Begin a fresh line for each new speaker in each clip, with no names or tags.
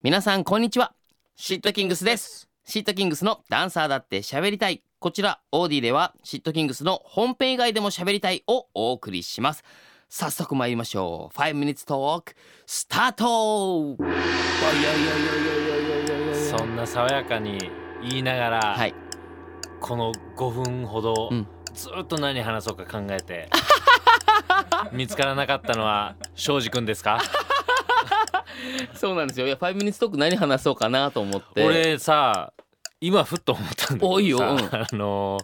皆さんこんにちはシットキングスですシットキングスのダンサーだって喋りたいこちらオーディではシットキングスの本編以外でも喋りたいをお送りします早速参りましょう5 minutes talk スタート
そんな爽やかに言いながら、
はい
この5分ほど、
うん
ずっと何話そうか考え て見つからなかったのは庄司くんですか
そうなんですよいや5 minutes talk 何話そうかなと思って
俺さ今ふっと思ったんだけどさ
おいようん
あの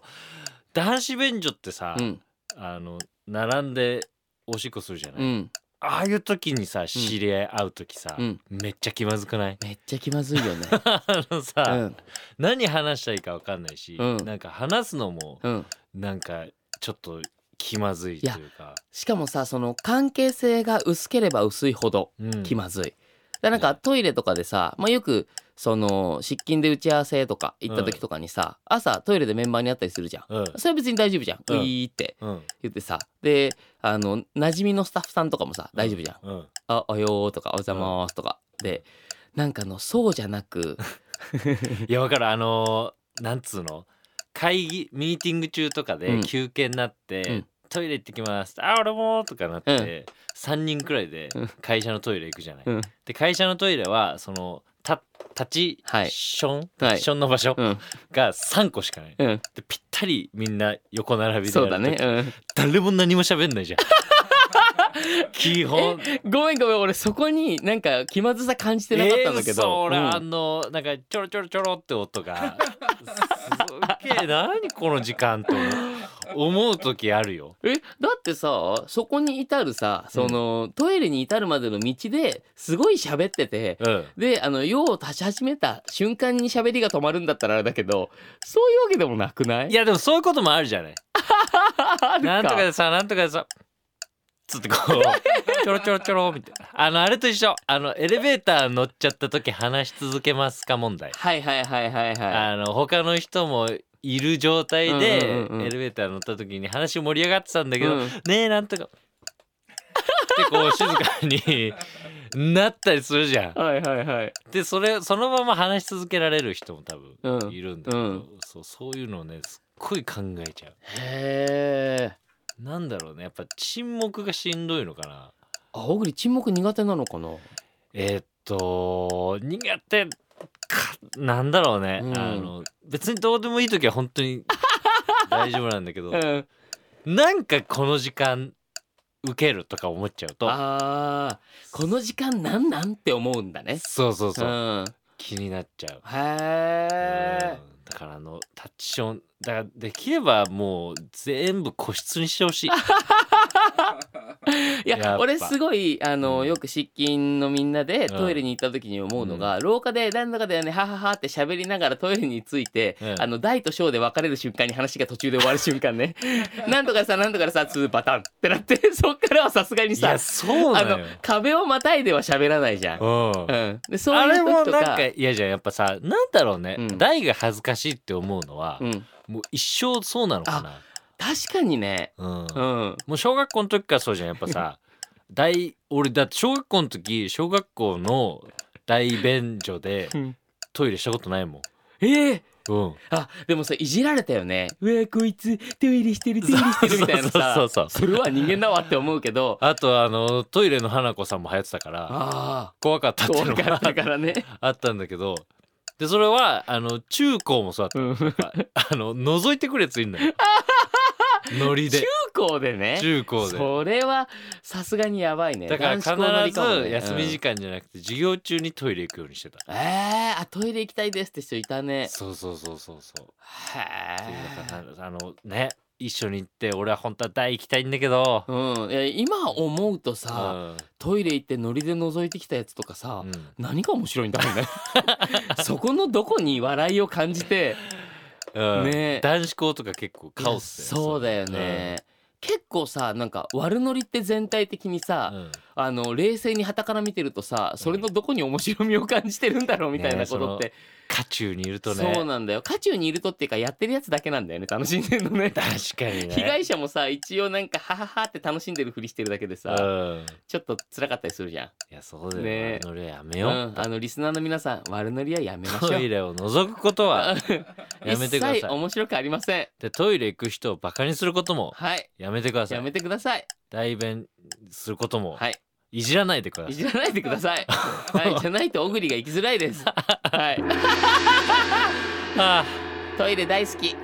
男子便所ってさ、
うん
あの並んでおしっこするじゃない、
うん
ああいう時にさ知り合い会う時さ、
うん
めっちゃ気まずくない
めっちゃ気まずい よね
あのさ、
うん
何話したらいいかわかんないし、
うん
なんか話すのも
うん
なんかちょっと気まずいというか、
しかもさその関係性が薄ければ薄いほど
うん
気まずい。でなんかトイレとかでさ、まあ、よくその出勤で打ち合わせとか行った時とかにさ、朝トイレでメンバーに会ったりするじゃん。
うん
それは別に大丈夫じゃん。う
うん
いーって
うん
言ってさであの馴染みのスタッフさんとかもさ大丈夫じゃん。
うん
あおはようとかおはようございますとかでなんかあのそうじゃなく
いやわかるあのーなんつうの会議ミーティング中とか
う
で
ん
休憩になって、
うん
トイレ行ってきますあ俺もとかなって、三3人くらいで
うん
会社のトイレ行くじゃない、
うん
で会社のトイレはそのた立ち
はい
ショ
は
ン、
い
立ちションの場所
うん
が3個しかない、
うん
でぴったりみんな横並びで
そう
や
だ
ると
ねうん
誰も何も喋んな いじゃん基本
ごめんごめん俺そこになんか気まずさ感じてなかったんだけ
えー嘘
ど、
俺、あ
うん
のなんかちょろちょろちょろって音がすっげえ何この時間と思う時あるよ。
えだってさそこに至るさその、トイレに至るまでの道ですごい喋ってて
うん、
であの用を足し始めた瞬間に喋りが止まるんだったらあれだけどそういうわけでもなくない
いやでもそういうこともあるじゃない。
ある
な
か
んとかでさなんとかでさつってこう ちょろちょろちょろみたいなあのあれと一緒あのエレベーター乗っちゃった時話し続けますか問題。
はいはいはいはいはい
あの他の人もいる状態で
うんうんうんうん
エレベーター乗った時に話盛り上がってたんだけど、
うん
ねえなんとかってこう静かになったりするじゃん。
はいはいはい
でそれそのまま話し続けられる人も多
うん
分いるんだけど、
うん
そうそういうのをねすっごい考えちゃう。
へえ
なんだろうねやっぱ沈黙がしんどいのかな。
あ小栗沈黙苦手なのかな
えーっと苦手かなんだろうね、
うん
あの別にどうでもいい時は本当に大丈夫なんだ けど
うん
なんかこの時間受けるとか思っちゃうと
あーこの時間なんなんって思うんだね
そうそうそう、
ん、
気になっちゃう。
へえ
うんだからあのタッチションだからできればもう全部個室にしてほしい。
いや
やっぱ
俺すごいあの、
うん
よく失勤のみんなで
うん
トイレに行った時に思うのが、廊下で何だかだよねはははって喋りながらトイレについて、
うん
あの大と小で分かれる瞬間に話が途中で終わる瞬間 ねなんとかさなんとかさツーパターンってなって そっからはさすがに
い
さ
やそう
あ
な
の
のよ。
壁をまたいでは喋らないじゃん。
うん
うん、でそう
あ
い
れ
う
も
時
な
と
ん
か
か嫌じゃんやっぱさなんだろうね、
うん
大が恥ずかしいって思うのは、
うん、
もう一生そうなのかな。
確かにね、
うん
うん、
もう小学校の時からそうじゃんやっぱさ大俺だって小学校の時小学校の大便所で
うん
トイレしたことないもん。
えー、
うん、
あでもさいじられたよねうわこいつトイレしてるトイレして るみたいなさ
そうそうそうそ
そ
う
れは人間だわって思うけど
あとあのトイレの花子さんも流行ってたから
あ
怖かった
あ
っていうの
怖か
が
ったからね
あったんだけどでそれはあの中高もそうだ
うん
ったやっ ぱあの覗いてくるやついんだよノリ
中
で
高でね
中高で
それはさすがにやばいね
だから
男子校の理
必
科もね
ず休み時間じゃなくて授業中にトイレ行くようにしてた
うんえー、あトイレ行きたいですって人いたね
そうそうそうそうそう
へ
っていう
え
なんかあのね一緒に行って俺は本当は大行きたいんだけど、
うん、いや今思うと
うん
さ、トイレ行ってノリで覗いてきたやつとかさ、
うん
何が面白いんだろう ねそこのどこに笑いを感じて
うん
ねえ
男子校とか結構カオス
そうだよね、結構さなんか悪ノリって全体的にさ、
うん
あの冷静に傍から見てるとさそれのどこに面白みを感じてるんだろうみたいなことって、
渦中にいるとね
そうなんだよ渦中にいるとっていうかやってるやつだけなんだよね楽しんでるのね
確かにね
被害者もさ一応なんかハハハって楽しんでるふりしてるだけでさ、
うん
ちょっと辛かったりするじゃん、
いやそうだよ、
ね
ね、あの例やめ
う
よう、
ん、あのリスナーの皆さん悪乗りはやめましょ
ト
う
イレを覗くことはやめてください
一切面白くありません
でトイレ行く人をバカにすることも
はい
やめてくださ
や
い
めてください
代弁することも
はい
いじらないでくださ
い
い、
じらないでくださ いはいじゃないと小栗が行きづらいですはい
ああ
トイレ大好き